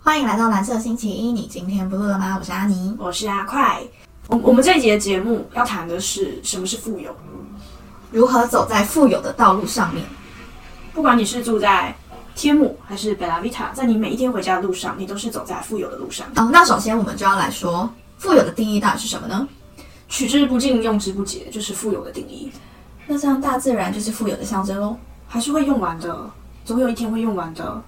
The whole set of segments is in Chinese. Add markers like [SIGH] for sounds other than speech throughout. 欢迎来到蓝色星期一，你今天不录了吗？我是阿妮。我是阿啊快。我我们这一集的节目要谈的是什么是富有。如何走在富有的道路上面？不管你是住在天母还是贝拉维塔，在你每一天回家的路上，你都是走在富有的路上，哦，那首先我们就要来说富有的定义到底是什么呢？取之不尽，用之不竭，就是富有的定义。那这样大自然就是富有的象征喽。还是会用完的，总有一天会用完的。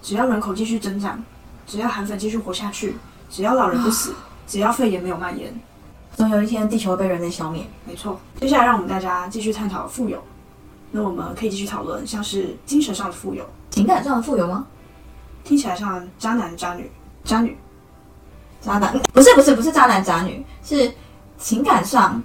只要人口继续增长，只要韩粉继续活下去，只要老人不死，只要肺炎没有蔓延，总有一天，地球会被人类消灭。没错。接下来让我们大家继续探讨富有。那我们可以继续讨论，像是精神上的富有，情感上的富有吗？听起来像渣男、渣女、渣女。渣男？ [LAUGHS] 不是，不是，不是渣男渣女，是情感上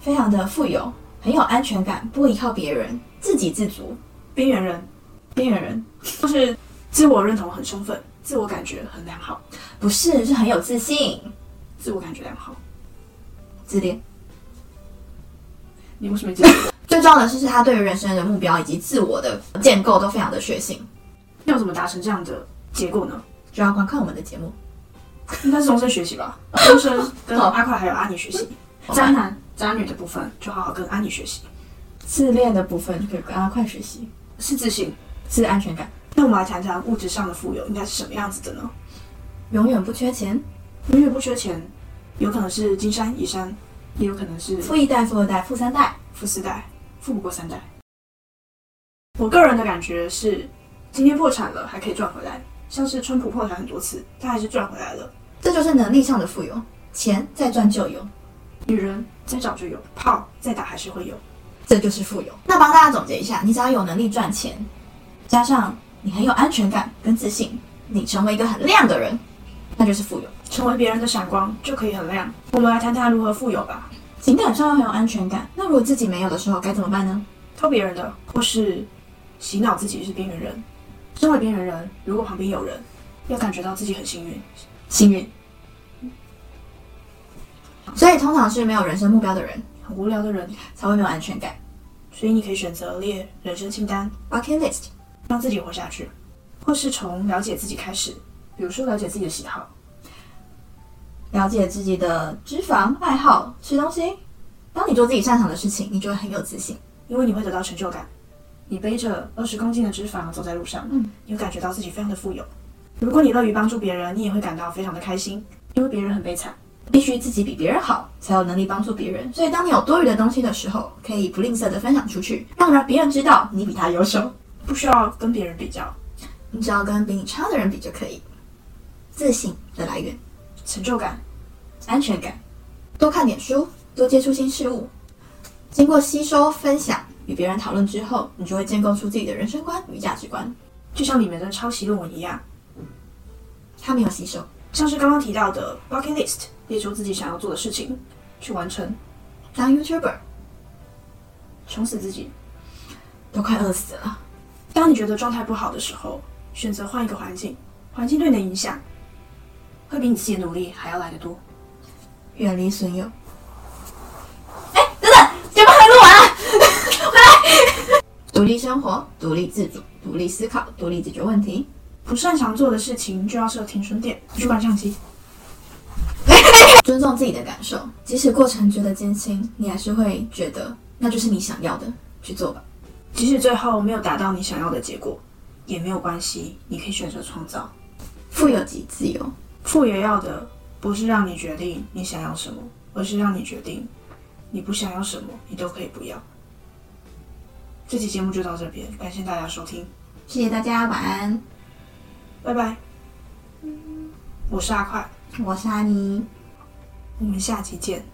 非常的富有，很有安全感，不依靠别人，自给自足，边缘人边缘人。就是自我认同很充分，自我感觉很良好，不是，是很有自信，自我感觉良好。自恋。你为什么这样？最重要的是，是他对于人生的目标以及自我的建构都非常的确信。要怎么达成这样的结果呢？就要观看我们的节目。应该是终身学习吧，终身跟阿快还有阿尼学习。渣男渣女的部分就好好跟阿尼学习，自恋的部分就可以跟阿快学习，是自信。是安全感，那我们来谈谈物质上的富有应该是什么样子的呢？永远不缺钱，永远不缺钱，有可能是金山银山，也有可能是富一代、富二代、富三代。富四代，富不过三代。我个人的感觉是，今天破产了还可以赚回来，像是川普破产很多次，他还是赚回来了。这就是能力上的富有，钱再赚就有，女人再找就有，炮再打还是会有。这就是富有。那帮大家总结一下，你只要有能力赚钱，加上你很有安全感跟自信，你成为一个很亮的人，那就是富有。成为别人的闪光就可以很亮。我们来谈谈如何富有吧，情感上要很有安全感，那如果自己没有的时候该怎么办呢？偷别人的，或是洗脑自己是边缘人。身为边缘人，如果旁边有人，要感觉到自己很幸运。幸运。所以通常是没有人生目标的人很无聊的人，才会没有安全感。所以你可以选择列人生清单， Bucket list，让自己活下去，或是从了解自己开始，比如说了解自己的喜好，了解自己的脂肪爱好，吃东西。当你做自己擅长的事情，你就会很有自信。因为你会得到成就感。你背着二十公斤的脂肪走在路上，嗯你会感觉到自己非常的富有。如果你乐于帮助别人，你也会感到非常的开心，因为别人很悲惨。必须自己比别人好，才有能力帮助别人。所以，当你有多余的东西的时候，可以不吝啬的分享出去，让让别人知道你比他优秀。不需要跟别人比较，你只要跟比你差的人比就可以。自信的来源，成就感安全感，多看点书，多接触新事物。经过吸收、分享与别人讨论之后，你就会建构出自己的人生观与价值观。就像你们的抄袭论文一样，他没有吸收，像是刚刚提到的 bucket list，列出自己想要做的事情去完成，当 YouTuber 穷死自己。都快饿死了。当你觉得状态不好的时候，选择换一个环境，环境对你的影响会比你自己的努力还要来得多。远离损友。哎，等等，节目还没录完、啊， [LAUGHS] 回来。独立生活，独立自主，独立思考，独立解决问题。不擅长做的事情就要设停损点，不去管相机。尊重自己的感受，即使过程觉得艰辛，你还是会觉得那就是你想要的，去做吧。即使最后没有达到你想要的结果，也没有关系，你可以选择创造。富有即自由，富也要的不是让你决定你想要什么，而是让你决定你不想要什么，你都可以不要。这期节目就到这边，感谢大家收听，谢谢大家，晚安。拜拜。我是阿快，我是阿妮。我们下期见。